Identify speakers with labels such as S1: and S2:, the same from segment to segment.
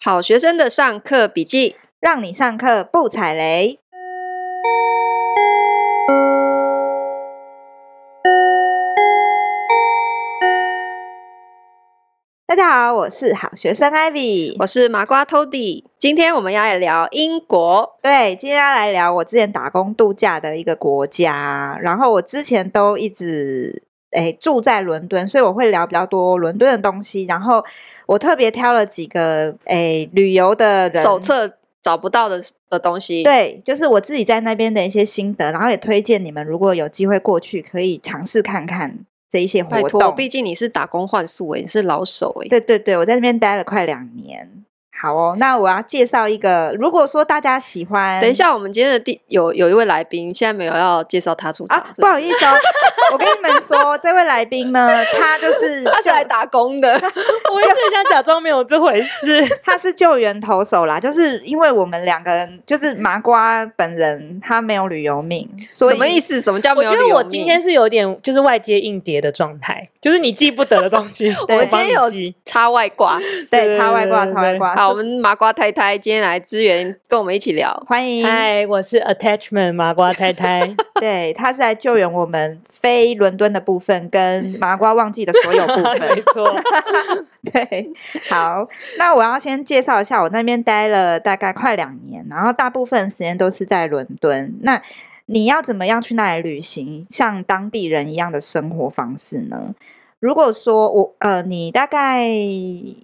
S1: 好学生的上课笔记，
S2: 让你上课不踩雷。大家好，我是好学生 Ivy。
S1: 我是麻瓜 Tody。今天我们要来聊英国，
S2: 对，今天要来聊我之前打工度假的一个国家，然后我之前都一直诶住在伦敦，所以我会聊比较多伦敦的东西。然后我特别挑了几个诶旅游的人
S1: 手册找不到的的东西，，
S2: 对，就是我自己在那边的一些心得，然后也推荐你们，如果有机会过去，可以尝试看看这一些活
S1: 拜托，
S2: 动。
S1: 毕竟你是打工换宿诶、欸你是老手诶、
S2: 对对对，我在那边待了快两年。好哦，那我要介绍一个，如果说大家喜欢，
S1: 等一下，我们今天的第有有一位来宾，现在没有要介绍他出场，
S2: 啊，
S1: 是不
S2: 不
S1: 是
S2: 好意思哦，我跟你们说，这位来宾呢，他就是
S1: 他是来
S2: 救
S1: 打工的，
S3: 我一直想假装没有这回事。
S2: 他是救援投手啦，就是因为我们两个人，就是麻瓜本人他没有旅游命， 所以
S1: 什么意思？什么叫
S3: 我
S1: 没有
S3: 觉
S1: 理由
S3: 得
S1: 命？
S3: 我今天是有点就是外接硬碟的状态，就是你记不得的东西，
S2: 对
S3: 我
S1: 今
S3: 帮
S1: 天
S3: 你
S1: 有
S3: 记。
S1: 插外挂，
S2: 对插外挂，插外挂。
S1: 好，我们麻瓜太太今天来支援，跟我们一起聊。
S2: 欢迎，
S3: 嗨，我是 Attachment 麻瓜太太，
S2: 对，他是来救援我们非伦敦的部分跟麻瓜忘记的所有部
S3: 没
S2: 分。
S3: 错，
S2: 对，好，那我要先介绍一下，我那边待了大概快两年，然后大部分时间都是在伦敦。那你要怎么样去那里旅行，像当地人一样的生活方式呢？如果说我呃，你大概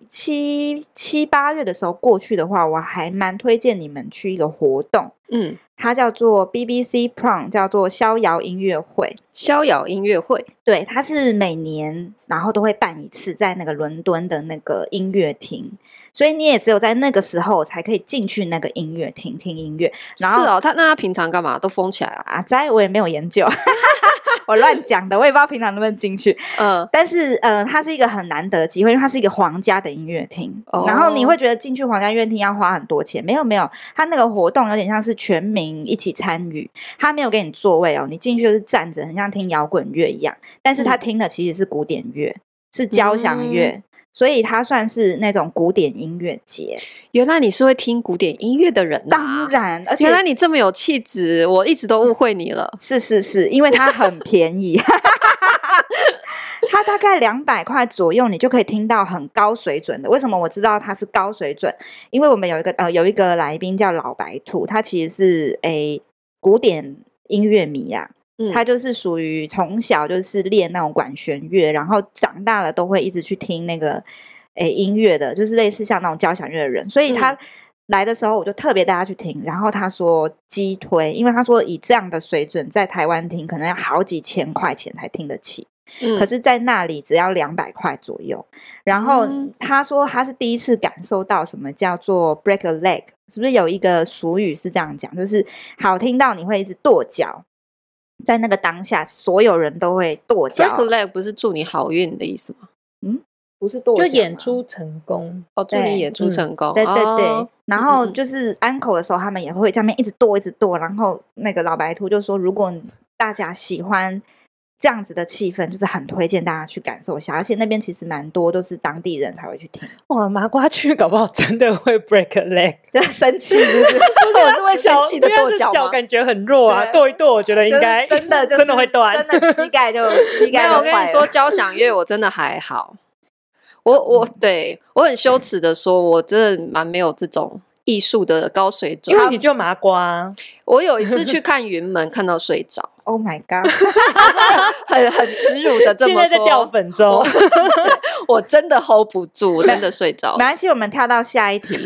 S2: 七七八月的时候过去的话，我还蛮推荐你们去一个活动，
S1: 嗯，
S2: 它叫做 BBC Prom，叫做逍遥音乐会。
S1: 逍遥音乐会，
S2: 对，它是每年然后都会办一次，在那个伦敦的那个音乐厅，所以你也只有在那个时候才可以进去那个音乐厅听音乐。然后
S1: 是哦，他那他平常干嘛都封起来啊？
S2: 啊，在我也没有研究， 我乱讲的，我也不知道平常能不能进去。
S1: 嗯，
S2: 但是呃，它是一个很难得的机会，因为它是一个皇家的音乐厅，
S1: 哦
S2: 然后你会觉得进去皇家音乐厅要花很多钱，没有没有，它那个活动有点像是全民一起参与，它没有给你座位哦，你进去就是站着，很像听摇滚乐一样，但是它
S1: 嗯
S2: 听的其实是古典乐，是交响乐。所以它算是那种古典音乐节，
S1: 原来你是会听古典音乐的人呐、
S2: 当然，而且
S1: 原来你这么有气质，我一直都误会你了。
S2: 是是是，因为它很便宜，它大概两百块左右，你就可以听到很高水准的。为什么我知道它是高水准？因为我们有一个呃有一个来宾叫老白兔，他其实是诶古典音乐迷啊，
S1: 嗯
S2: 他就是属于从小就是练那种管弦乐，然后长大了都会一直去听那个诶音乐的，就是类似像那种交响乐的人，所以他。来的时候我就特别带他去听，然后他说击推，因为他说以这样的水准在台湾听，可能要好几千块钱才听得起，
S1: 嗯
S2: 可是，在那里只要两百块左右。然后
S1: 嗯
S2: 他说他是第一次感受到什么叫做 break a leg，是不是有一个俗语是这样讲，就是好听到你会一直跺脚，在那个当下，所有人都会跺
S1: b r
S2: 脚
S1: e a，k leg 不是祝你好运的意思吗？
S2: 不是跺脚
S3: 就
S2: 吗，
S3: 演出成功。
S1: 哦，祝
S2: 对
S1: 你演出成功。
S2: 对对对，
S1: 哦
S2: 然后
S1: 嗯嗯嗯
S2: 就是安口的时候，他们也会在那边一直跺，一直跺。然后那个老白兔就说，如果大家喜欢这样子的气氛，就是很推荐大家去感受一下。而且那边其实蛮多都是当地人才会去听，
S3: 哇，麻瓜区搞不好真的会 break a leg，
S2: 就生气，是不是？
S1: 我是会生气的
S3: 因为他
S1: 跺脚吗？
S3: 感觉很弱啊，
S2: 对
S3: 跺一跺，我觉得应
S2: 就是
S3: 该
S2: 真的、就是、
S3: 真的会断。
S2: 真的膝 盖就膝
S1: 没
S2: 盖
S1: 有，
S2: 就
S1: 我跟
S2: 坏
S1: 你说，
S2: 了
S1: 交响乐我真的还好。我我对我很羞耻的说，我真的蛮没有这种艺术的高水准
S3: 因。为你就麻瓜啊，
S1: 我有一次去看云门，看到睡 着，
S2: ，Oh my god！
S1: 我真的很很耻辱的这
S3: 现
S1: 么
S3: 在在
S1: 说。
S3: 掉粉中
S1: 我。 我真的 hold 不住，我真的睡着
S2: 没
S1: 了。
S2: 关系，我们跳到下一题。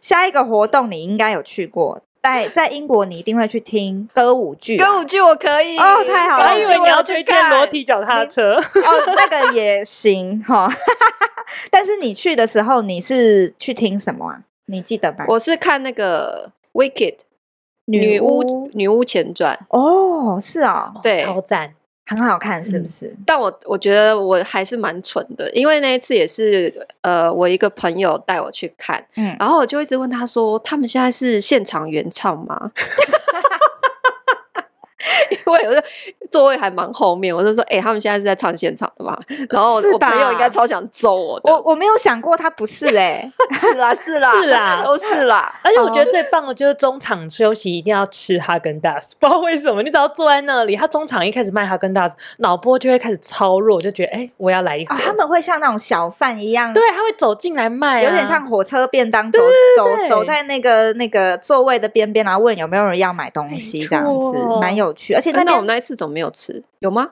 S2: 下一个活动你应该有去过，在在英国你一定会去听歌舞剧 啊、
S1: 歌舞剧我可以
S2: 哦太好
S3: 我
S2: 了
S3: 还以为你要
S1: 去
S3: 推荐裸体脚踏车，
S2: 哦，那个也行哈。 但是你去的时候，你是去听什么啊？你记得吧？
S1: 我是看那个《Wicked》女巫女巫前传，
S2: 哦，是哦，
S1: 对。
S3: 超赞。
S2: 很好看，是不是？
S1: 但我我觉得我还是蛮蠢的，因为那一次也是呃，我一个朋友带我去看，
S2: 嗯，
S1: 然后我就一直问他说，他们现在是现场原唱吗？ 因为我的座位还蛮后面，我就说，哎、他们现在是在唱现场的嘛？然后我
S2: 是
S1: 我朋友应该
S2: 吧
S1: 超想揍我的，
S2: 我我没有想过他不是哎、
S1: 是啦是 啦
S3: 是啦
S1: 都是啦，
S3: 而且我
S2: 哦
S3: 觉得最棒的就是中场休息一定要吃哈根达斯， 不知道为什么，你只要坐在那里，他中场一开始卖哈根达斯，脑波就会开始超弱，就觉得哎、我要来一盒。
S2: 哦，他们会像那种小贩一样，
S3: 对，他会走进来卖、啊
S2: 有点像。火车便当走
S3: 对
S2: 走走在那个那个座位的边边，然后问有没有人要买东西，
S3: 没
S2: 这样子
S3: 错呃
S2: 蛮有趣。而且
S1: 那
S2: 那
S1: 那我们
S2: 边
S1: 那一次怎么没有吃？有吗？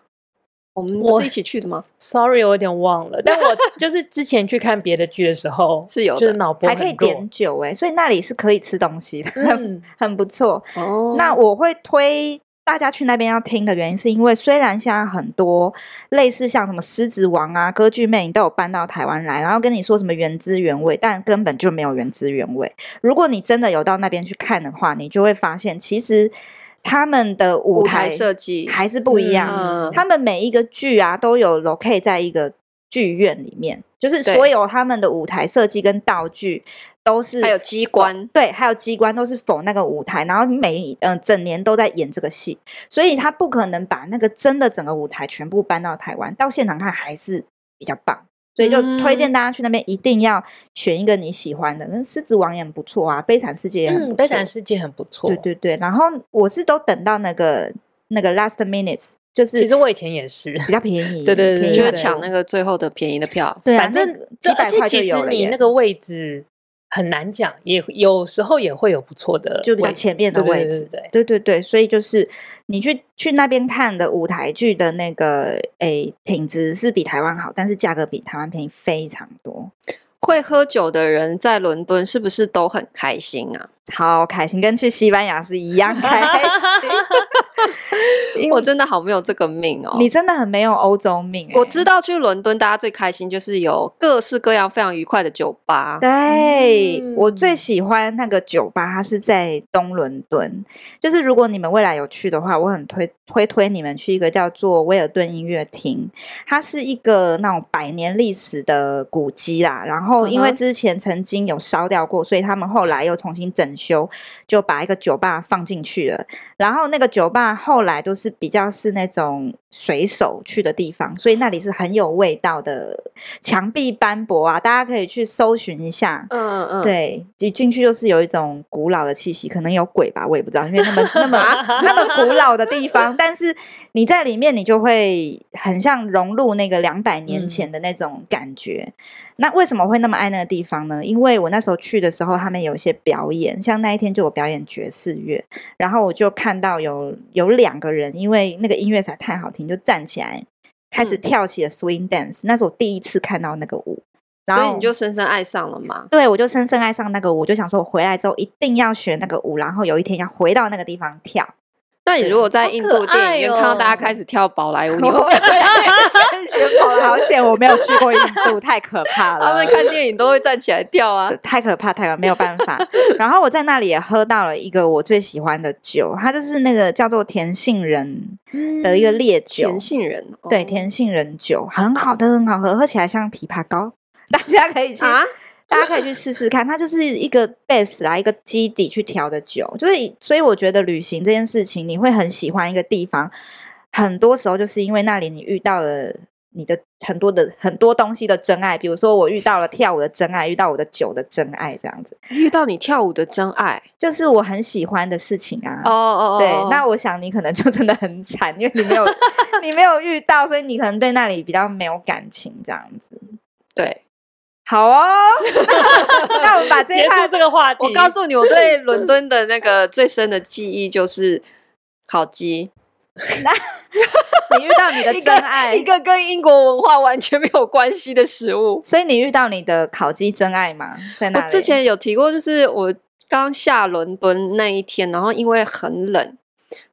S1: 我们
S3: 我
S1: 不是一起去的吗？
S3: Sorry，我有点忘了，但我就是之前去看别的剧的时 候
S1: 是有的
S3: 就是脑波
S2: 还
S3: 很
S2: 可
S3: 弱
S2: 以点酒哎、所以那里是可以吃东西的，
S3: 嗯，
S2: 很不错。
S1: 哦
S2: 那我会推。大家去那边要听的原因，是因为虽然现在很多类似像什么《狮子王》啊、《歌剧魅影》都有搬到台湾来，然后跟你说什么原汁原味，但根本就没有原汁原味。如果你真的有到那边去看的话，你就会发现，其实他们的舞
S1: 舞
S2: 台
S1: 台设计
S2: 还是不一样。
S1: 嗯
S2: 他们每一个剧啊都有 locate 在一个剧院里面，就是
S1: 对
S2: 所有他们的舞台设计跟道具都是
S1: 还有机关
S2: 哦对，还有机关都是否那个舞台，然后每嗯、整年都在演这个戏，所以他不可能把那个真的整个舞台全部搬到台湾，到现场看还是比较棒。所以就推
S3: 嗯
S2: 荐大家去那边，一定要选一个你喜欢的。那《狮子王》也很不错啊，《悲惨世界》也很不错、
S3: 嗯，悲惨世界很不错。
S2: 对对对，然后我是都等到那个那个 last minutes，就是
S3: 其实我以前也是，
S2: 比较便宜，
S3: 对对对
S2: 便宜
S1: 就
S3: 对
S1: 会
S2: 很
S1: 抢
S2: 多
S1: 那个最后的便宜的票，
S2: 对啊，
S3: 反正
S2: 那个
S3: 这
S2: 几
S3: 而
S2: 百
S3: 且
S2: 块就
S3: 其实
S2: 有了
S3: 你
S2: 耶，
S3: 那个位置很难讲，也有时候也会有不错的位置，
S2: 就比较前面的
S3: 对
S2: 位
S3: 对
S2: 置
S3: 对对
S2: 对
S3: 对
S2: 对对，所以就是你去去那边看的舞台剧的那个诶品质是比台湾好，但是价格比台湾便宜非常多，
S1: 会喝酒的人在伦敦是不是都很开心啊？
S2: 超开心，跟去西班牙是一样开心。因为
S1: 我真的好没有这个命哦！
S2: 你真的很没有欧洲命、欸，
S1: 我知道去伦敦大家最开心就是有各式各样非常愉快的酒吧，
S2: 对、我最
S3: 嗯
S2: 喜欢那个酒吧，它是在东伦敦。就是如果你们未来有去的话，我很推推推你们去一个叫做威尔顿音乐厅，它是一个那种百年历史的古迹啦。然后因为
S1: 嗯哼
S2: 之前曾经有烧掉过，所以他们后来又重新整修，就把一个酒吧放进去了。然后那个酒吧后来都是比较是那种水手去的地方，所以那里是很有味道的，墙壁斑驳啊，大家可以去搜寻一下。
S1: 嗯嗯，
S2: 对，一进去就是有一种古老的气息，可能有鬼吧，我也不知道，因为那么那么那 么古老的地方，但是你在里面，你就会很像融入那个两百年前
S1: 嗯
S2: 的那种感觉。那为什么会那么爱那个地方呢？因为我那时候去的时候，他们有一些表演，像那一天就有表演爵士乐，然后我就看到有有两个人，因为那个音乐实在太好听，就站起来开始
S1: 嗯
S2: 跳起了 swing dance，、那是我第一次看到那个舞。然
S1: 所以
S2: 后
S1: 你就深深爱上了嘛？
S2: 对，我就深深爱上那个舞，我就想说，我回来之后一定要学那个舞，然后有一天要回到那个地方跳。
S1: 那你如果在
S3: 好
S1: 印
S3: 可
S1: 度电影院
S3: 爱
S1: 看到大家
S3: 哦
S1: 开始跳宝 莱坞，你
S2: 我
S1: 会 不会
S2: 学跑好险，我没有去过印度，太可怕了。
S1: 他们看电影都会站起来跳啊
S2: 对？太可怕，太可怕，没有办法。 然后我在那里也喝到了一个我最喜欢的酒，它就是那个叫做甜杏仁的一个烈酒，
S1: 甜杏仁，哦
S2: 对，甜杏仁酒很好喝，很好喝，喝起来像枇杷膏。 大家可以去
S1: 啊，
S2: 大家可以去试试看，它就是一个 base 啦，一个基底去调的酒，就是以所以我觉得旅行这件事情，你会很喜欢一个地方，很多时候就是因为那里你遇到了你的很多的很多东西的真爱，比如说我遇到了跳舞的真爱，遇到我的酒的真爱，这样子，
S1: 遇到你跳舞的真爱
S2: 就是我很喜欢的事情啊。
S1: 哦哦哦，
S2: 对
S1: 哦，
S2: 那我想你可能就真的很惨，因为你没 有你没有遇到，所以你可能对那里比较没有感情这样子。
S1: 对。
S2: 好哦， 那我们把这一
S3: 结
S2: 趴
S3: 束这个话题。
S1: 我告诉你，我对伦敦的那个最深的记忆就是烤鸡，
S2: 你遇到你的
S1: 一
S2: 真
S1: 个
S2: 爱，
S1: 一个跟英国文化完全没有关系的食物。
S2: 所以你遇到你的烤鸡真爱吗？在哪
S1: 我
S2: 里？
S1: 之前有提过，就是我刚下伦敦那一天，然后因为很冷，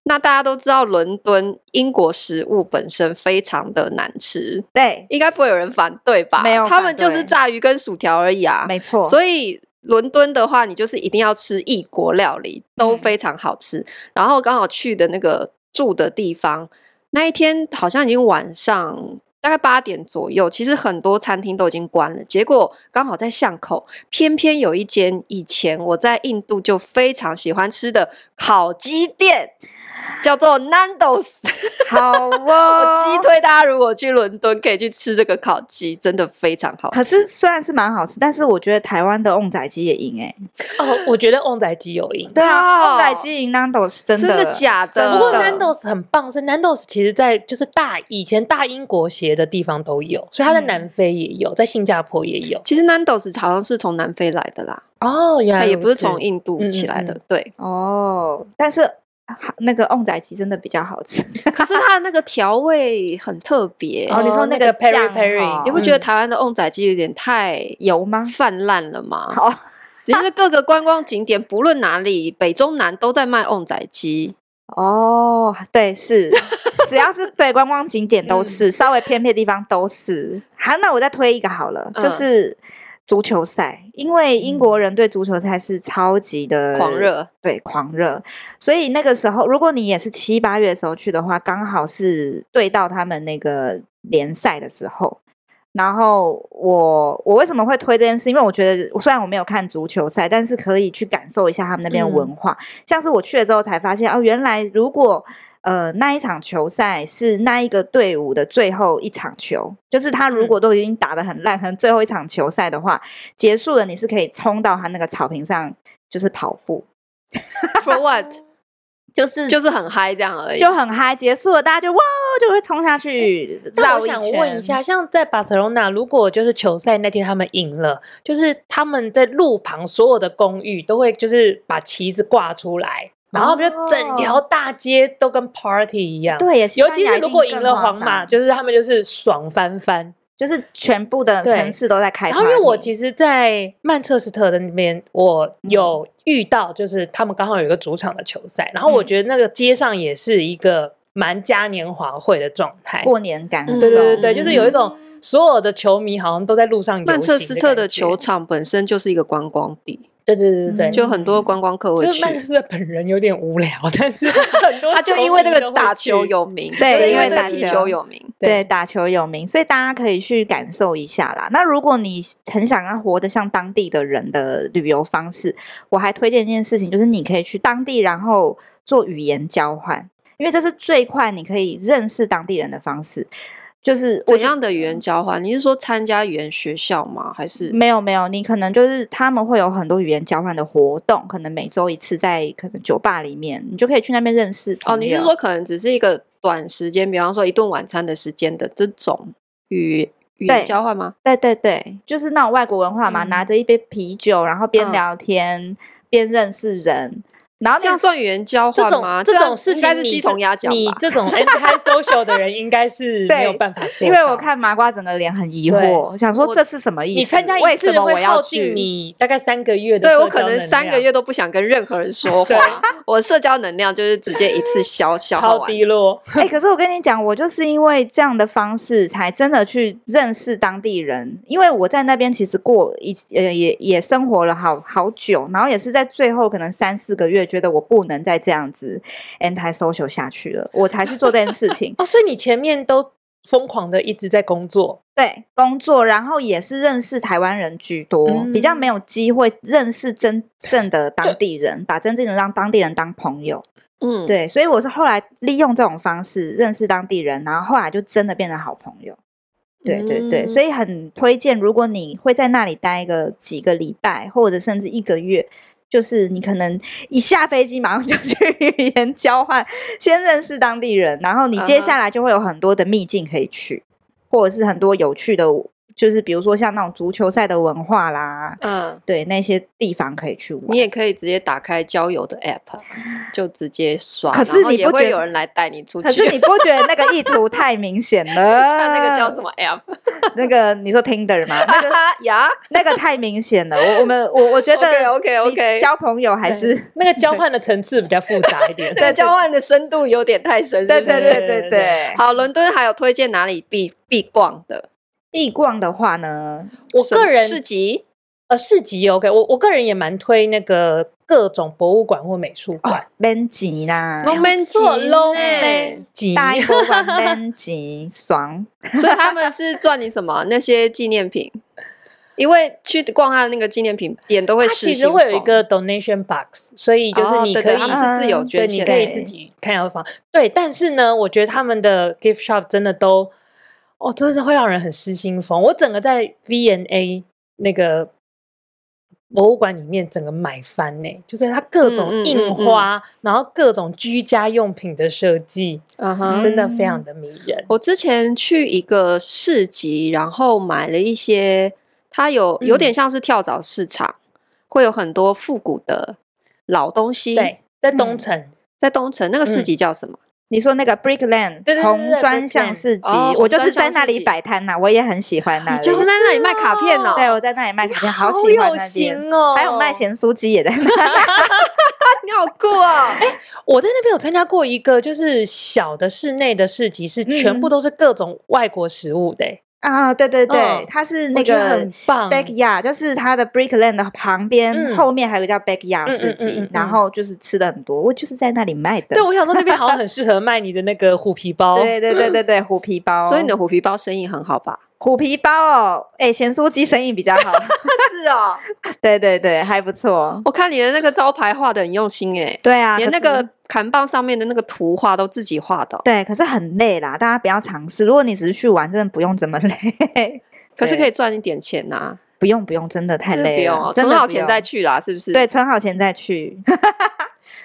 S1: 那大家都知道伦敦英国食物本身非常的难吃，
S2: 对，
S1: 应该不会有人反对吧？
S2: 没有
S1: 他
S2: 反
S1: 们就是
S2: 对
S1: 炸鱼跟薯条而已啊。
S2: 没错，以
S1: 所以伦敦的话，你就是一定要吃异国料理，都
S2: 嗯
S1: 非常好吃。然后刚好去的那个住的地方，那一天好像已经晚上。大概八点左右，其实很多餐厅都已经关了。结果刚好在巷口，偏偏有一间以前我在印度就非常喜欢吃的烤鸡店，叫做 Nando's。
S2: 好 哦，
S1: 我鸡推大家如果去伦敦可以去吃这个烤鸡，真的非常好吃。
S2: 可是虽然是蛮好吃，但是我觉得台湾的旺仔鸡也赢哎、
S3: 哦，我觉得旺仔鸡有赢。
S2: 对啊，
S1: 靠
S2: 旺仔鸡赢 Nando 是真的，
S1: 真的假的？
S2: 真的
S3: 不过
S2: 呃
S3: Nando's 很棒，是 Nando's 其实在就是大以前大英国协的地方都有，所以它在
S2: 嗯，
S3: 南非也有，在新加坡也有。
S1: 其实 Nando's 好像是从南非来的啦，
S3: 哦，原
S1: 它
S3: 来
S1: 也
S3: 如
S1: 不是
S3: 此
S1: 从印度
S3: 嗯
S1: 起
S3: 嗯
S1: 来的。
S3: 嗯
S1: 对
S2: 哦。但是啊那个旺仔鸡真的比较好 吃，
S1: 可是它的那个调味很特别，
S2: 哦你说那
S3: 那
S2: 个
S3: 个
S2: 酱
S3: Peri
S2: 哦
S3: Peri，
S1: 你不
S2: 嗯
S1: 觉得台湾的旺仔鸡有点太
S2: 油
S3: 啊
S2: 吗？
S1: 泛滥了吗？
S2: 好，
S1: 其实各个观光景点，不论哪里，北中南都在卖旺仔鸡。
S2: 哦，对， 是，只要是对观光景点
S1: 嗯
S2: 都是，稍微偏僻的地方都是。好，那我再推一个好了，就
S1: 嗯
S2: 是足球赛，因为英国人对足球赛是超级的
S1: 狂， 热，
S2: 对狂热，所以那个时候，如果你也是七八月的时候去的话，刚好是对到他们那个联赛的时候。然后我我为什么会推这件事？因为我觉得虽然我没有看足球赛，但是可以去感受一下他们那边的文化。像是我去了之后才发现，哦，原来如果呃那一场球赛是那一个队伍的最后一场球，就是他如果都已经打得很烂，可能最后一场球赛的话，结束了你是可以冲到他那个草坪上，就是跑步，
S1: For what？
S2: 就是就
S1: 就是很嗨这样而已。
S2: 就很嗨，结束了大家就哇就会冲下去
S3: 那
S2: 绕
S3: 我
S2: 一
S3: 想
S2: 圈。
S3: 问一下，像在巴塞罗那，如果就是球赛那天他们赢了，就是他们在路旁所有的公寓都会就是把旗子挂出来，然后比如整条大街都跟 party 一样。
S2: 对，也西
S3: 尤
S2: 班
S3: 其
S2: 牙
S3: 是
S2: 一
S3: 如
S2: 定
S3: 果赢
S2: 更
S3: 了
S2: 夸
S3: 皇马，
S2: 张
S3: 就是他们就是爽翻翻。
S2: 就是全部的
S3: 对
S2: 城市都在开
S3: 然
S2: party。
S3: 后因为我其实，在曼彻斯特的那边，我
S1: 嗯
S3: 有遇到，就是他们刚好有一个主场的球赛，然后我
S2: 嗯
S3: 觉得那个街上也是一个蛮嘉年华会的状态。
S2: 过年感很
S1: 嗯
S3: 对
S2: 重，
S3: 对对对，就是有一
S1: 嗯
S3: 种所有的球迷好像都在路上游行
S1: 曼彻斯特的球
S3: 感觉，
S1: 场本身就是一个观光地，
S3: 对对对对对，
S2: 嗯
S1: 就很多观光客会
S3: 就是
S1: 去
S3: 曼彻。斯特本人有点无聊，但是 很多
S1: 他就因为这
S3: 球迷都
S1: 个
S3: 会
S1: 打
S3: 去
S1: 球有名，
S2: 对
S1: 就是
S2: 因
S1: 因
S2: 为
S1: 为这个
S2: 打
S1: 踢
S2: 球
S1: 球有名。
S2: 对，打球有名，所以大家可以去感受一下啦。那如果你很想要活得像当地的人的旅游方式，我还推荐一件事情，就是你可以去当地，然后做语言交换，因为这是最快你可以认识当地人的方式。就是我
S1: 怎
S2: 觉
S1: 样的语言交换？你是说参加语言学校吗？还是
S3: 嗯
S2: 没有没有，你可能就是他们会有很多语言交换的活动，可能每周一次在可能酒吧里面，你就可以去那边认识
S1: 哦？
S2: 朋
S1: 你是
S2: 友
S1: 说可能只是一个短时间，比方说一顿晚餐的时间的这种语语
S2: 对
S1: 言交换吗？
S2: 对对对，就是那种外国文化嘛，
S3: 嗯
S2: 拿着一杯啤酒，然后边
S1: 嗯
S2: 聊天、边认识人，然后
S1: 这样
S2: 你
S1: 算语言交
S3: 这
S1: 换
S3: 种
S1: 吗？
S3: 这
S1: 样
S3: 种事
S1: 应
S3: 情
S1: 该是
S3: 你
S1: 鸡
S3: 这
S1: 同鸭讲
S3: 你
S1: 吧？
S3: 这种 anti social 的人应 该是没有
S2: 对
S3: 办法做到，
S2: 因为我看麻瓜整个脸很疑惑，
S3: 对
S2: 想说
S1: 我
S2: 这是什么意思？
S3: 你参加
S2: 为
S3: 一
S2: 什
S3: 次
S2: 么我
S3: 会
S2: 要
S3: 耗
S2: 去
S3: 尽？你大概三个月的
S1: 对我
S3: 社交
S1: 可能
S3: 能
S1: 三个
S3: 量
S1: 月都不想跟任何人 说
S3: 对
S1: 话，我社交能量就是直接一次消消耗
S3: 超
S1: 完。
S3: 低落，
S2: 哎、可是我跟你讲，我就是因为这样的方式，才真的去认识当地人。因为我在那边其实过一呃也也生活了好好久，然后也是在最后可能三四个月，觉得我不能再这样子 anti social 下去了，我才去做这件事 情。
S3: 哦，所以你前面都疯狂的一直在工作，
S2: 对，工作，然后也是认识台湾人居多，
S3: 嗯
S2: 比较没有机会认识真正的当地人，把真正的让当地人当朋友。
S1: 嗯，
S2: 对，所以我是后来利用这种方式认识当地人，然后后来就真的变成好朋友。对对对，
S1: 嗯
S2: 所以很推荐，如果你会在那里待个几个礼拜，或者甚至一个月，就是你可能一下飞机马上就去 语言交换，先认识当地人，然后你接下来就会有很多的秘境可以去，或者是很多有趣的，就是比如说像那种足球赛的文化啦，
S1: 嗯，
S2: 对那些地方可以去玩。
S1: 你也可以直接打开交友的 app，就啊直接刷，
S2: 可是
S1: 然后
S2: 你
S1: 也
S2: 不觉
S1: 会
S2: 得
S1: 有人来带你出去。
S2: 可是你不觉得那个意图太明显 了？
S1: 看那个叫什么
S3: 呃
S1: app？
S2: 那个你说 Tinder 吗？那 个
S1: 哈呀，
S2: 那个太明显了。我我们我我觉得
S1: OK，OK，OK。
S2: 你交朋友还是
S3: 那个交换的层次比较复杂一点
S1: 那个交换的深度有点太深，
S2: 对
S1: 是不
S2: 对
S1: 是
S2: 对对
S3: 对
S2: 对。
S1: 好，伦敦还有推荐哪里必必逛的？
S2: 必逛的话呢，
S3: 我
S1: 什
S3: 个
S1: 么
S3: 人
S1: 市集，
S3: 呃市集 OK，我我个人也蛮推那个各种博物馆或美术
S1: 哦
S3: 馆，
S2: 编辑啦，
S1: 龙门集
S3: 做 low
S1: 呢
S3: man 集，
S2: 大英博物馆编辑爽。
S1: 所以他们是赚你什么？那些纪念品，因为去逛他的那个纪念品店都会
S3: 它
S1: 试
S3: 其实
S1: 新
S3: 会有一
S1: 风
S3: 个 donation box，所以就是
S1: 哦
S3: 你
S1: 对
S3: 可以
S1: 对，他们是自由
S2: 嗯
S3: 对，
S1: 捐
S3: 你
S1: 献
S3: 可
S1: 的，
S3: 以自己看要放。对，但是呢，我觉得他们的 gift shop 真的都，哦，真的是会让人很失心疯。我整个在 V N A 那个博物馆里面整个买翻呢、就是它各种
S1: 嗯嗯
S3: 印
S1: 嗯嗯
S3: 花，然后各种居家用品的设计，
S1: 嗯哼。
S3: 真的非常的迷人。
S2: 哦
S1: 我之前去一个市集，然后买了一些，它有有点
S3: 嗯
S1: 像是跳蚤市场，会有很多复古的老东西。
S3: 对，在
S2: 嗯
S3: 东城，
S1: 在东城那个市
S3: 嗯
S1: 集叫什么？
S2: 你说那个 Brickland
S3: 对对对对
S2: 红
S3: 对
S2: 砖
S3: Brickland
S2: 巷市集
S1: 哦，
S2: 我
S1: 红
S2: 就是
S1: 砖
S2: 在
S1: 巷
S2: 那
S1: 市
S2: 里
S1: 集
S2: 摆摊呐，我也很喜欢那里。
S1: 你就是在那里卖卡片哦。
S2: 对，我在那里卖卡片，好
S3: 好
S2: 喜欢那
S3: 有
S2: 边。
S3: 型哦！
S2: 还有卖咸酥鸡也在那，
S1: 你好酷
S3: 啊
S1: 哦！
S3: 我在那边有参加过一个，就是小的室内的市集，是全部
S2: 嗯
S3: 都是各种外国食物的、欸
S2: 啊，对对对
S3: 嗯，
S2: 它是
S3: 我
S2: 那
S3: 觉得
S2: 个
S3: 很 棒
S2: backyard，就是它的 Brickland 的旁边
S3: 嗯
S2: 后面还有个叫 backyard
S3: 嗯
S2: 市
S3: 嗯嗯
S2: 集
S3: 嗯，
S2: 然
S3: 嗯
S2: 后就是吃的很多，我就是在那里卖的
S3: 对，。我想说那边好像很适合卖你的那个虎皮包。
S2: 对对对对对，虎皮包，
S1: 所以你的虎皮包生意很好吧？
S2: 虎皮包哦，哎，咸酥鸡生意比较好，
S1: 是哦，
S2: 对对对，还不错。
S1: 我看你的那个招牌画的很用心诶，
S2: 对啊，
S1: 连那
S2: 可是
S1: 个砍棒上面的那个图画都自己画的哦、
S2: 对，可是很累啦，大家不要尝试。如果你只是去玩，真的不用这么累，
S1: 可是
S2: 对
S1: 可以赚一点钱呐、
S2: 不用不用，真的太
S1: 真的不
S2: 累
S1: 用
S2: 了
S1: 哦，，
S2: 真
S1: 存
S2: 的
S1: 好
S2: 不
S1: 钱
S2: 用
S1: 再去啦，是不是？
S2: 对，存好钱再去。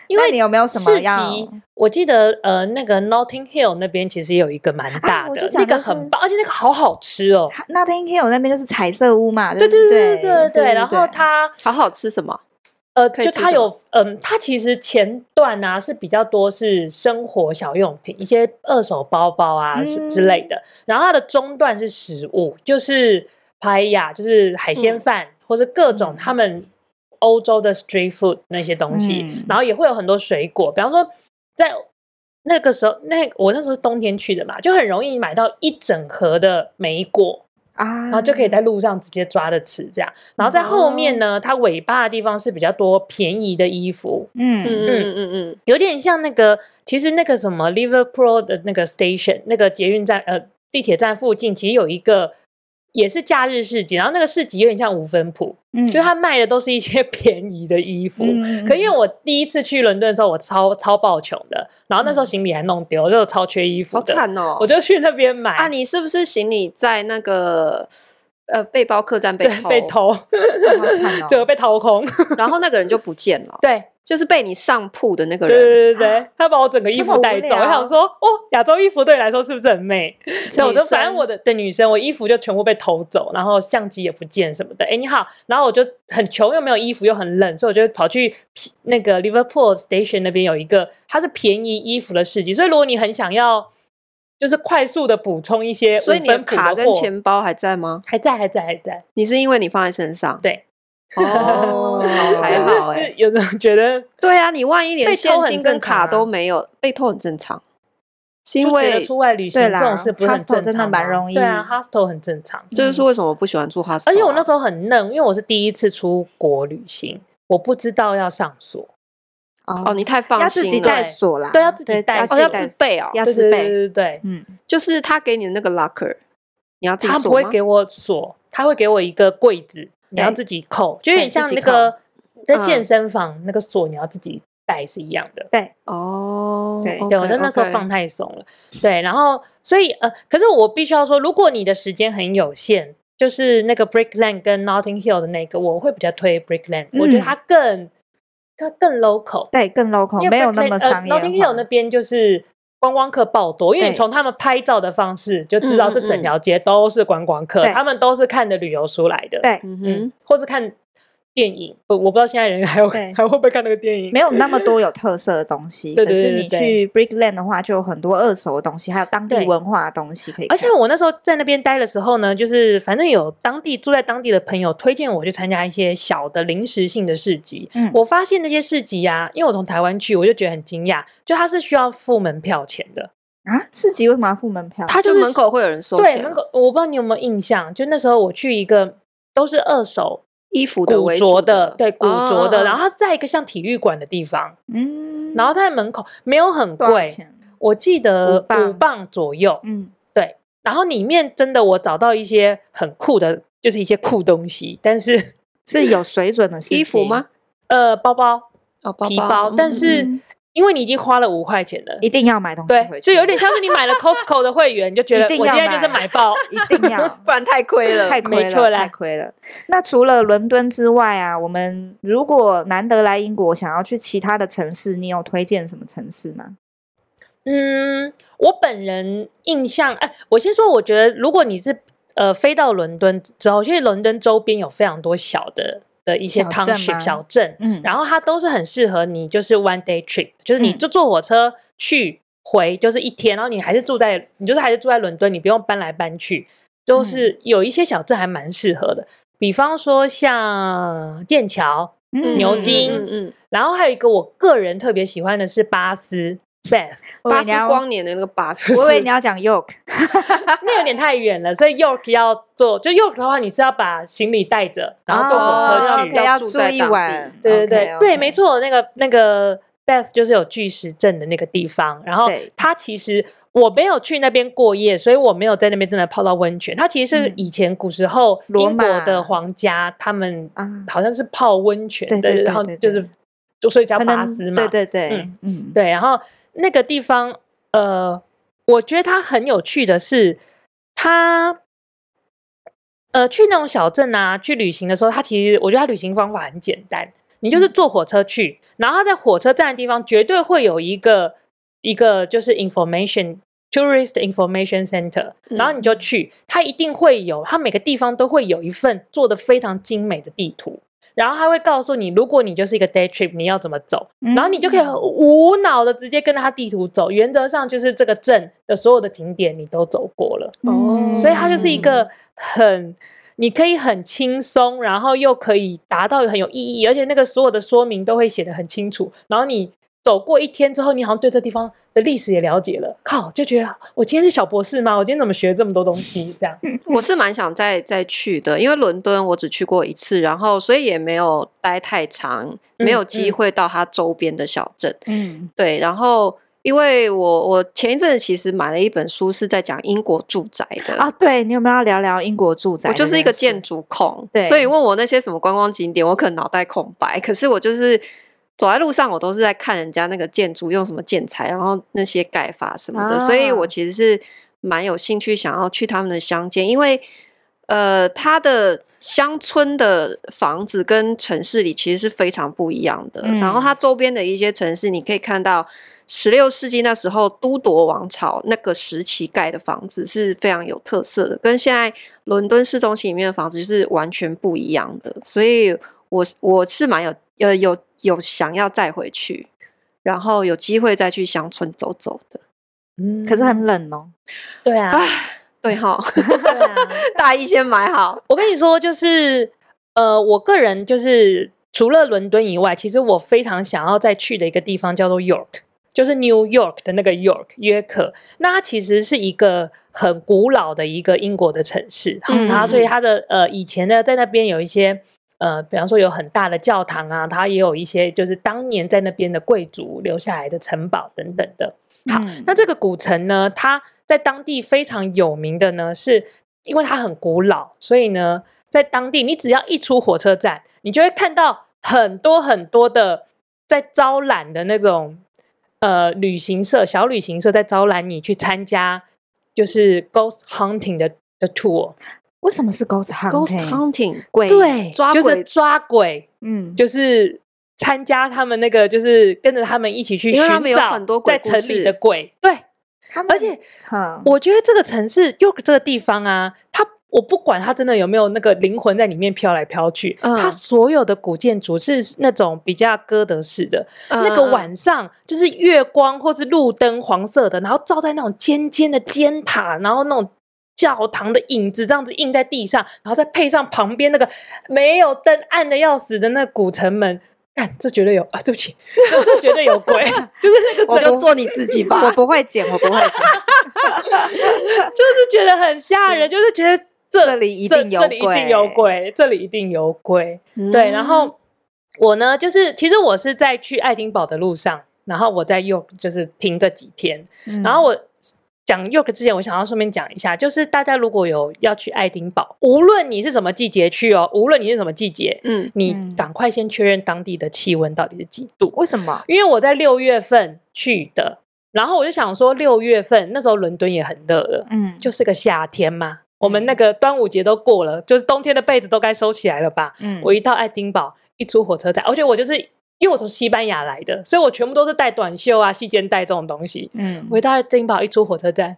S3: 因
S2: 那你
S3: 为
S2: 有没有什么
S3: 市
S2: 要？
S3: 集，我记得呃，那个 Notting Hill 那边其实有一个蛮大
S2: 啊我
S3: 的，
S2: 就讲
S3: 那个
S2: 就是
S3: 很棒，而且那个好好吃哦。
S2: 那天 Hill 那边就是彩色屋嘛，
S3: 对
S2: 对
S3: 对
S2: 不
S3: 对
S2: 对
S3: 对对，然后
S2: 他
S1: 好
S3: 它
S1: 好吃什么？
S3: 呃，
S1: 可以
S3: 就
S1: 吃
S3: 它
S1: 什么
S3: 有嗯，它其实前段啊是比较多是生活小用品，一些二手包包啊、是之类
S1: 嗯
S3: 的。然后它的中段是食物，就是拍呀，就是海鲜
S1: 嗯
S3: 饭、或者各种
S2: 嗯
S3: 他们欧洲的 street food 那些东西，
S2: 嗯
S3: 然后也会有很多水果，比方说在。那个时候，那我那时候是冬天去的嘛，就很容易买到一整盒的莓果，
S2: 啊，
S3: 然后就可以在路上直接抓着吃这样。然后在后面呢，它尾巴的地方是比较多便宜的衣服，
S1: 嗯
S2: 嗯，
S1: 嗯嗯嗯，
S3: 有点像那个其实那个什么 Liverpool 的那个 station 那个捷运站呃地铁站附近，其实有一个。也是假日市集，然后那个市集有点像五分铺，
S2: 嗯
S3: 就是它卖的都是一些 便宜的衣服。
S2: 嗯
S3: 可因为我第一次去伦敦的时候，我超超爆穷的，然后那时候行李还弄丢，就超缺衣服
S1: 好
S3: 的，
S1: 惨哦
S3: 我！就去那边买。
S1: 啊，你是不是行李在那个呃背包客栈被
S3: 对
S1: 偷，
S3: 被偷，
S2: 好惨 哦
S3: 整个被掏空。
S1: 然后那个人就不见了，
S3: 对，
S1: 就是被你上铺的那个
S3: 对
S1: 人。啊
S3: 对对对，他把我整个衣
S2: 这
S3: 服
S2: 么无
S3: 带走，
S2: 聊
S3: 我想说，哦，亚洲衣服对你来说是不是很美？所以我
S1: 女
S3: 就
S1: 生
S3: 反正我的对女生，我衣服就全部被偷走，然后相机也不见什么的。哎，你好，然后我就很穷，又没有衣服，又很冷，所以我就跑去那个 Liverpool Station 那边有一个，它是便宜衣服的市集，所以如果你很想要，就是快速的补充一些
S1: 所以你
S3: 五
S1: 的
S3: 分谱
S1: 卡
S3: 的
S1: 跟
S3: 货
S1: 钱包还在吗？
S3: 还在，还在，还在。
S1: 你是因为你放在身上？
S3: 对。
S1: 哦，还 好哎、
S3: 是有人觉得
S1: 对啊，你万一连
S3: 被偷
S1: 现
S3: 很
S1: 金跟
S3: 正常啊
S1: 卡都没有，被偷很正常，是因
S3: 就觉得
S1: 为
S3: 出外旅行
S2: 对
S3: 这
S2: 啦
S3: 种事不是很正常吗
S2: hostel 真的蛮容易
S3: 对啊，hostel 很正常。
S1: 这就是为什么我不喜欢住 hostel，、啊、
S3: 嗯而且我那时候很嫩，因为我是第一次出国旅行，我不知道要上锁，
S1: 哦，你太放
S2: 要
S1: 心
S2: 自
S1: 了，
S2: 己带锁啦，
S3: 对要自己带
S1: 哦
S3: 自己
S1: 要
S3: 带
S1: 自备哦，
S2: 要
S3: 对
S2: 自
S3: 对对
S2: 备，
S3: 对对，
S2: 嗯，
S1: 就是他给你的那个 locker，你要自己
S3: 他
S1: 锁
S3: 不会
S1: 吗
S3: 给我锁，他会给我一个柜子，你要自己扣，就有点像那个在健身房那个锁，你要自己带是一样的。
S1: 哦，嗯
S2: 对
S3: 对，我在那时候放太松了。对，然后所以呃，可是我必须要说，如果你的时间很有限，就是那个 Brickland 跟 Notting Hill 的那个，我会比较推 Brickland，、我觉得它更它更 local，
S2: 对，更 local，
S3: 因
S2: 哦没
S3: 为
S2: 有那
S3: Berkeley-
S2: 么商业
S3: 呃、Notting Hill
S2: 化。
S3: 那边就是观光客爆多，因为你
S2: 对
S3: 从他们拍照的方式就知道
S1: 嗯嗯
S3: 这整条街都是观光客，
S2: 对
S3: 他们都是看的旅游书来的。，
S2: 对，
S1: 嗯
S3: 嗯
S1: 哼，，
S3: 或是看电影，我我不知道现在人还有
S2: 对
S3: 还会不会看那个电影
S2: 没。有那么多有特色的东西。
S3: 对
S2: 可
S3: 对
S2: 是
S3: 对
S2: 你
S3: 对
S2: 去 Brickland 的话，就有很多二手的东西，还有当地
S3: 对
S2: 文化的东西可以看。
S3: 而且我那时候在那边待的时候呢，就是反正有当地住在当地的朋友推荐我去参加一些小的临时性的市集。
S2: 嗯
S3: 我发现那些市集呀、因为我从台湾去，我就觉得很惊讶，就它是需要付门票钱的，
S2: 啊，市集为什么要付门票？
S3: 它
S1: 就是门口会有人收
S3: 对
S1: 钱
S3: 门
S1: 啊，
S3: 口，我不知道你有没有印象，就那时候我去一个都是二手
S1: 衣服的哦
S3: 古
S1: 为
S3: 着
S1: 主
S3: 的，对古着的，然后
S1: 后
S3: 它是在一个像体育馆的地方，
S2: 哦嗯，
S3: 然后它在门口没有很
S2: 多少
S3: 贵，
S2: 钱？
S3: 我记得
S2: 五磅
S3: 五磅左右，
S2: 嗯，
S3: 然后里面真的我找到一些很酷的就是一些酷东西，但是
S2: 是有水准的事情
S1: 衣服吗？？
S3: 呃，包包、
S1: 哦，包
S3: 皮包，但
S1: 嗯
S3: 是
S2: 嗯
S3: 因为你已经花了五块钱了。
S2: 一定要买东西回
S3: 对，
S2: 去，
S3: 就有点像是你买了 Costco 的会员，你就觉得
S2: 一定
S3: 我
S2: 要
S3: 现在就是
S2: 买
S3: 买爆，
S2: 一定 要
S1: 不然太亏了。
S2: 太亏
S3: 没错
S2: 了，
S3: 啦
S2: 太亏了。那除了伦敦之外啊，我们如果难得来英国，想要去其他的城市，你有推荐什么城市吗？
S3: 嗯，我本人印象，哎，我先说，我觉得如果你是呃飞到伦敦之后，因为伦敦周边有非常多小的的一些
S2: 小镇
S3: township
S2: 吗
S3: 小镇，
S2: 嗯
S3: 然后它都是很适合你，就是 one day trip，就是你
S2: 嗯
S3: 就坐火车去回就是一天，然后你还是住在你就是还是住在伦敦，你不用搬来搬去，
S2: 嗯
S3: 就是有一些小镇还蛮适合的，比方说像剑桥，
S1: 嗯
S3: 牛
S1: 嗯
S3: 津
S1: 嗯嗯，
S3: 然后还有一个我个人特别喜欢的是巴斯 Bath。
S1: 嗯巴斯光年的那个巴斯，
S2: 我以为你要讲 York，
S3: 那有点太远了，所以 York 要坐，就 York 的话，你是要把行李带着，然后坐火车
S1: 哦
S3: 去。
S1: ，OK 要
S2: 要
S1: 住
S2: 住
S1: 在
S2: 一
S1: 当
S2: 晚
S1: 地。
S3: 对对对
S2: OK，OK
S3: 对，没。错，那个那个 Bath 就是有巨石阵的那个地方，然后
S2: 对
S3: 它其实我没有去那边过夜，所以我没有在那边真的泡到温泉。它其实是
S2: 嗯
S3: 以前古时候
S2: 罗
S3: 英国
S2: 马
S3: 的皇家他们
S2: 啊
S3: 好像是泡温泉
S2: 对
S3: 的，
S2: 对对
S3: 然后
S2: 对
S3: 就
S2: 对
S3: 是就所以叫
S2: 可
S3: 巴
S2: 能
S3: 斯嘛，
S2: 对对对
S3: 嗯，
S2: 嗯，
S3: 对，然后那个地方，呃，我觉得它很有趣的是，它，呃，去那种小镇啊，去旅行的时候，它其实我觉得它旅行方法很简单，你就是坐火车去，然后它在火车站的地方绝对会有一个一个就是 information。Tourist Information Center，然后你就去，它一定会有，它每个地方都会有一份做的非常精美的地图，然后它会告诉你，如果你就是一个 day trip，你要怎么走，
S2: 嗯
S3: 然后你就可以很无脑的直接跟着他地图走，原则上就是这个镇的所有的景点你都走过了，
S2: 嗯
S1: 哦
S3: 嗯所以它就是一个很。你可以很轻松，然后又可以达到很有意义，而且那个所有的说明都会写得很清楚。然后你走过一天之后，你好像对这地方的历史也了解了。靠，就觉得我今天是小博士吗？我今天怎么学这么多东西？这样，
S1: 我是蛮想再再去的，因为伦敦我只去过一次，然后所以也没有待太长，没有机会到它周边的小镇。
S2: 嗯
S1: 对，然后因为我我前一阵子其实买了一本书，是在讲英国住宅
S3: 嗯
S1: 的
S2: 啊，对你有没有要聊聊英国住宅
S1: 我
S2: 这
S1: 就
S2: 件事？
S1: 是一个建筑控，
S2: 对
S1: 所以问我那些什么观光景点，我可能脑袋空白。可是我就是走在路上，我都是在看人家那个建筑用什么建材，然后那些盖法什么的，
S2: 啊
S1: 所以我其实是蛮有兴趣想要去他们的乡间，因为呃，它的乡村的房子跟城市里其实是非常不一样的。
S2: 嗯
S1: 然后它周边的一些城市，你可以看到。十六世纪那时候，都铎王朝那个时期盖的房子是非常有特色的，跟现在伦敦市中心里面的房子就是完全不一样的。所以我我是蛮有呃有有想要再回去，然后有机会再去乡村走走的。
S3: 嗯
S2: 可是很冷哦。
S3: 对啊，
S1: 对哈，
S3: 对啊，
S1: 大衣先买好。
S3: 我跟你说，就是呃，我个人就是除了伦敦以外，其实我非常想要再去的一个地方叫做 York，就是 New York 的那个 York 约克。那它其实是一个很古老的一个英国的城市，
S1: 嗯
S3: 然后所以它的呃以前呢，在那边有一些。呃，比方说有很大的教堂啊，它也有一些就是当年在那边的贵族留下来的城堡等等的。好
S2: 嗯
S3: 那这个古城呢，它在当地非常有名的呢，是因为它很古老，所以呢，在当地你只要一出火车站，你就会看到很多很多的在招揽的那种呃旅行社、小旅行社在招揽你去参加就是 ghost hunting 的的 tour，
S2: 为什么是 ghost
S1: Ghost
S2: hunting？
S1: hunting，
S2: 鬼
S1: 抓
S3: 就
S1: 鬼
S3: 是抓鬼，
S2: 嗯，
S3: 就是。参加他们那个，就是跟着他们一起去
S1: 因为
S3: 寻
S1: 他们有
S3: 找
S1: 很多鬼
S3: 在
S1: 故
S3: 城
S1: 事
S3: 里的鬼，对，
S2: 他们
S3: 而且
S1: 嗯
S2: 好
S3: 我觉得这个城市 York 这个地方啊，它我不管它真的有没有那个灵魂在里面飘来飘去，
S1: 嗯
S3: 它所有的古建筑是那种比较哥德式的，那个
S1: 嗯
S3: 晚上就是月光或是路灯黄色的，然后照在那种尖尖的尖塔，然后那种。教堂的影子这样子印在地上，然后再配上旁边那个没有灯、暗的要死的那古城门，看这绝对有啊！对不起，这这绝对 有鬼，就是那个
S1: 我
S3: 整
S1: 就做你自己吧。
S2: 我不会剪，我不 会剪。
S3: 就是觉得很吓人，就是觉得这
S2: 这里一
S3: 这
S2: 定有
S3: 这里一定
S2: 鬼
S3: 有鬼，这里一定有鬼。
S1: 嗯
S3: 对，然后我呢，就是其实我是
S2: 嗯
S3: 在去爱丁堡的路上，然后我在 York 就是停个几天，然后我讲 York 之前，我想要顺便讲一下，就是大家如果有要去爱丁堡，无论你是什么季节去哦，无论你是什么季节，
S1: 嗯，
S3: 你
S2: 嗯
S3: 赶快先确认当地的气温到底是几度，
S2: 为什么？
S3: 因为我在六月份去的，然后我就想说六月份那时候伦敦也很热了，
S2: 嗯，
S3: 就是个夏天嘛，我们
S2: 嗯
S3: 那个端午节都过了，就是冬天的被子都该收起来了吧？
S2: 嗯
S3: 我一到爱丁堡，一出火车站，而且我就是因为我从西班牙来的，所以我全部都是带短袖啊、细肩带这种东西。
S2: 嗯
S3: 我一到爱丁堡，一出火车站，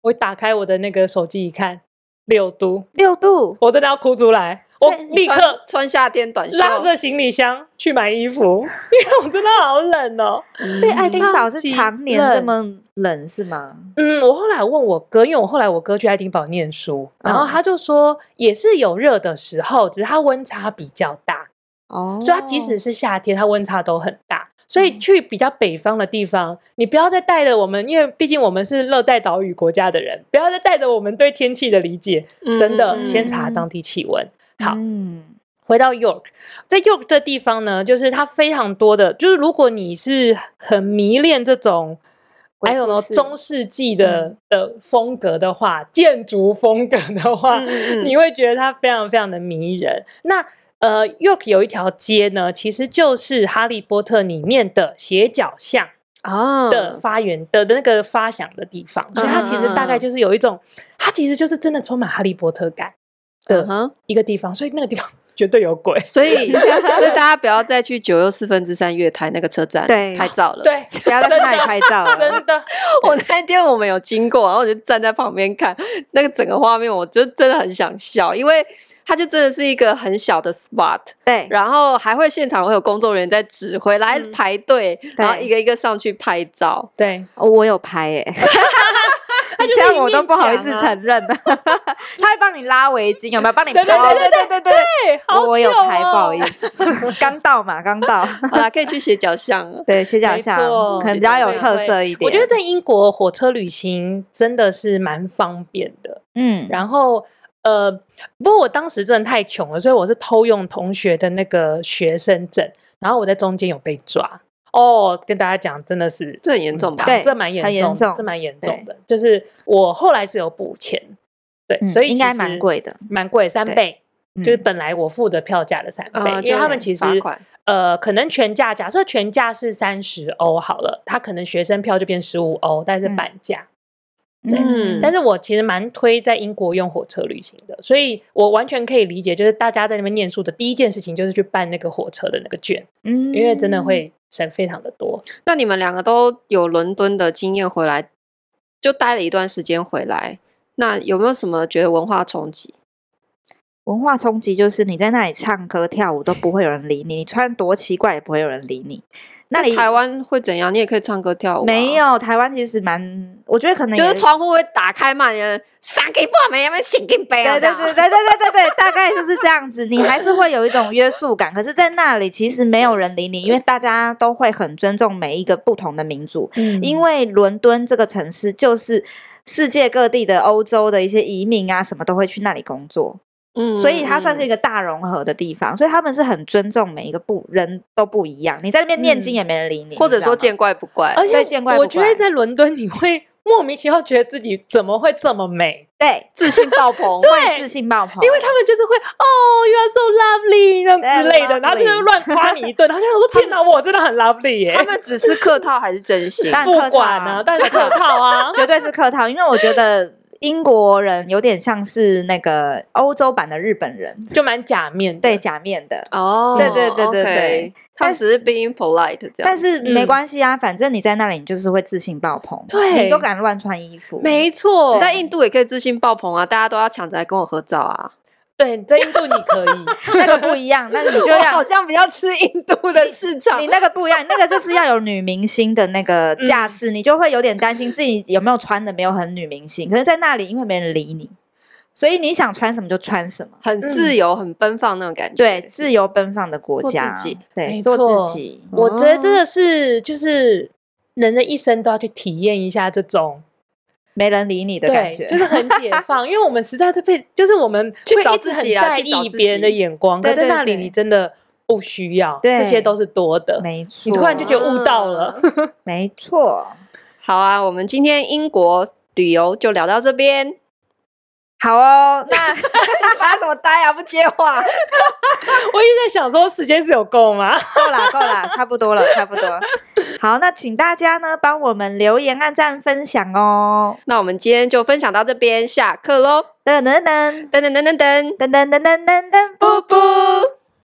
S3: 我打开我的那个手机一看，六度，
S2: 六度，
S3: 我真的要哭出来，我
S2: 所以你
S3: 立
S1: 穿
S3: 刻
S1: 穿夏天短袖，
S3: 拉着行李箱去买衣服， 因为我真的好冷哦。
S1: 嗯
S2: 所以爱丁堡
S3: 超
S2: 是
S3: 级
S2: 常年
S3: 冷
S2: 这么冷是吗？
S3: 嗯，我后来问我哥，因为我后来我哥去爱丁堡念书，然后
S2: 嗯
S3: 他就说也是有热的时候，只是它温差比较大。
S2: 哦，
S3: 所以它即使是夏天，它温差都很大。所
S1: 嗯
S3: 以去比较北方的地方，你不要再带着我们，因为毕竟我们是热带岛屿国家的人，不要再带着我们对天气的理解，
S1: 嗯
S3: 真的
S1: 嗯
S3: 先查当地气温。好，
S2: 嗯
S3: 回到 York，在 York 这地方呢，就是它非常多的，就是如果你是很迷恋这种。
S2: 鬼
S3: 还有
S2: 故
S3: 呢，
S2: 事
S3: 中世纪的、的风格的话，建筑风格的话，
S1: 嗯嗯嗯
S3: 你会觉得它非常非常的迷人。那呃，York 有一条街呢，其实就是《哈利波特》里面的斜角巷
S1: 啊
S3: 的发源的的那个发祥的地方，所以它其实大概就是有一种，它其实就是真的充满哈利波特感
S1: 嗯
S3: 的
S1: 哼
S3: 一个地方，所以那个地方 绝对有鬼。
S1: 所 以所以大家不要再去九又四分之三月台那个车站
S2: 对
S1: 拍照了。
S3: 对，
S2: 不要在那里拍照了，
S3: 真的，
S1: 我那天我们有经过，然后我就站在旁边看那个整个画面，我就真的很想笑，因为它就真的是一个很小的 spot，
S2: 对，
S1: 然后还会现场会有工作人员在指挥来
S3: 嗯
S1: 排队，然后一个一个上去拍 照。
S3: 对，
S2: 哦我有拍 耶，
S3: 它就是
S2: 这样我都不好意
S3: 一
S2: 思
S3: 面墙啊
S2: 承认 了。他会帮你拉围巾，有没有？帮你
S3: 对对
S2: 包
S3: 对
S2: 对对对
S3: 对，好
S2: 我我有
S3: 糗
S2: 拍，不
S3: 哦
S2: 好意思， 刚到嘛，刚到。
S1: 好啦，可以去斜角巷了。
S2: 对，斜角
S3: 没
S2: 巷
S3: 错
S2: 可能比较有
S3: 对
S2: 特
S3: 对
S2: 色一点。
S3: 我觉得在英国火车旅行真的是蛮方便的。
S2: 嗯，
S3: 然后呃，不过我当时真的太穷了，所以我是偷用同学的那个学生证，然后我在中间有被抓。哦，跟大家讲，真的是
S1: 这很严重吧
S2: 对
S3: 这蛮严
S2: 很严
S3: 重的，
S2: 重
S3: 这蛮严重的。就是我后来是有补钱，对，
S2: 嗯
S3: 所以
S2: 应
S3: 其
S2: 该
S3: 实
S2: 蛮贵的，
S3: 蛮贵三
S2: 对
S3: 倍，就是
S2: 嗯
S3: 本来我付的票价的三倍，
S1: 啊
S3: 因为他们
S1: 就
S3: 其实
S1: 罚款
S3: 呃，可能全价，假设全价是三十欧好了，他可能学生票就变十五欧，但是
S2: 嗯
S3: 半价。对
S2: 嗯，
S3: 但是我其实蛮推在英国用火车旅行的，所以我完全可以理解，就是大家在那边念书的第一件事情就是去办那个火车的那个券，
S2: 嗯
S3: 因为真的会省非常的多。
S1: 那你们两个都有伦敦的经验回来，就待了一段时间回来，那有没有什么觉得文化冲击？
S2: 文化冲击，就是你在那里唱歌跳舞都不会有人理你，你穿多奇怪也不会有人理你。那里
S1: 台湾会怎样？你也可以唱歌跳舞、啊
S2: 没。有，台湾其实蛮，我觉得可能
S1: 就是
S2: 也
S1: 窗户会打开骂人，三给半没，要不要请给杯啊？
S2: 对对对对对对对对，大概就是这样子。你还是会有一种约束感，可是，在那里其实没有人理你，因为大家都会很尊重每一个不同的民族。
S3: 嗯
S2: 因为伦敦这个城市就是世界各地的欧洲的一些移民啊，什么都会去那里工作，
S1: 嗯
S2: 所以它算是一
S1: 个
S2: 个大融合的地方。所以他们是很尊重每一个不人都不一样。你在那边念经
S3: 嗯
S2: 也没人理你，
S1: 或者
S2: 你知道
S1: 说
S2: 吗
S1: 见怪不怪。
S3: 而
S2: 对
S3: 且
S2: 见怪不
S3: 我觉得
S2: 怪
S3: 在伦敦你会莫名其妙觉得自己怎么会这么美，
S2: 对
S1: 自信爆 棚，
S2: 会自信爆棚，
S3: 因为他们就是会哦，you are so lovely 那样之类的，
S2: 对
S3: 然后就会
S2: 哎 lovely
S3: 乱夸你一顿，然后就想 说天哪，我真的很 lovely 耶、
S1: 他们只是客套还是真 心？
S2: 但
S3: 不
S2: 客套
S3: 管
S2: 啊，
S3: 啊，但是客套 啊
S2: 绝对是客套，因为我觉得英国人有点像是那个欧洲版的日本人，
S3: 就蛮假面的。
S2: 对假面的。
S1: 哦
S2: 对对对对
S1: OK
S2: 对
S1: 他们只是 being polite 这样。
S2: 但是没
S3: 嗯
S2: 关系啊，反正你在那里，你就是会自信爆棚，
S3: 对
S2: 你都敢乱穿衣服，
S3: 没错，
S1: 你在印度也可以自信爆棚啊，大家都要抢着来跟我合照啊。
S3: 对在印度你可 以，
S2: 那个不一样，那 你就要
S1: 像比较吃印度的市场
S2: 你那个不一样，那个就是要有女明星的那 个
S3: 嗯
S2: 架势，你就会有点担心自己有没有穿的没有很女明星。可是，在那里因为没人理你，所以你想穿什么就穿什么。
S1: 很自由、很奔放那种感觉。
S2: 对，自由奔放的国
S1: 做
S2: 家，
S1: 自己
S2: 对，
S3: 没
S2: 做
S3: 错
S2: 自己。
S3: 我觉得真
S2: 哦
S3: 的是就是人的一生都要去体验一下这种
S2: 没人理你的感
S3: 对
S2: 觉，，
S3: 就是很解放，因为我们实在是被就是我们
S1: 去
S3: 会
S1: 找
S3: 一直
S1: 自
S3: 很
S1: 己啊
S3: 在
S1: 去找
S3: 意
S1: 自
S3: 别人的
S1: 己
S3: 眼光，
S2: 对
S3: 可在
S2: 对
S3: 那里
S2: 对
S3: 你真的不需要，
S2: 对
S3: 这些都是多的。
S2: 没错。嗯
S3: 你突然就觉得悟到了，
S2: 没错，
S1: 好啊！我们今天英国旅游就聊到这边。
S2: 好哦， 那 发什么呆啊？不接话，
S3: 我一直在想说时间是有够吗？
S2: 够啦够啦，差不多了，差不多。好，那请大家呢帮我们留言、按赞、分享哦。
S1: 那我们今天就分享到这边，下课喽！
S2: 噔噔噔
S1: 噔噔噔噔噔，
S2: 噔噔噔噔噔噔噔，
S1: 布布。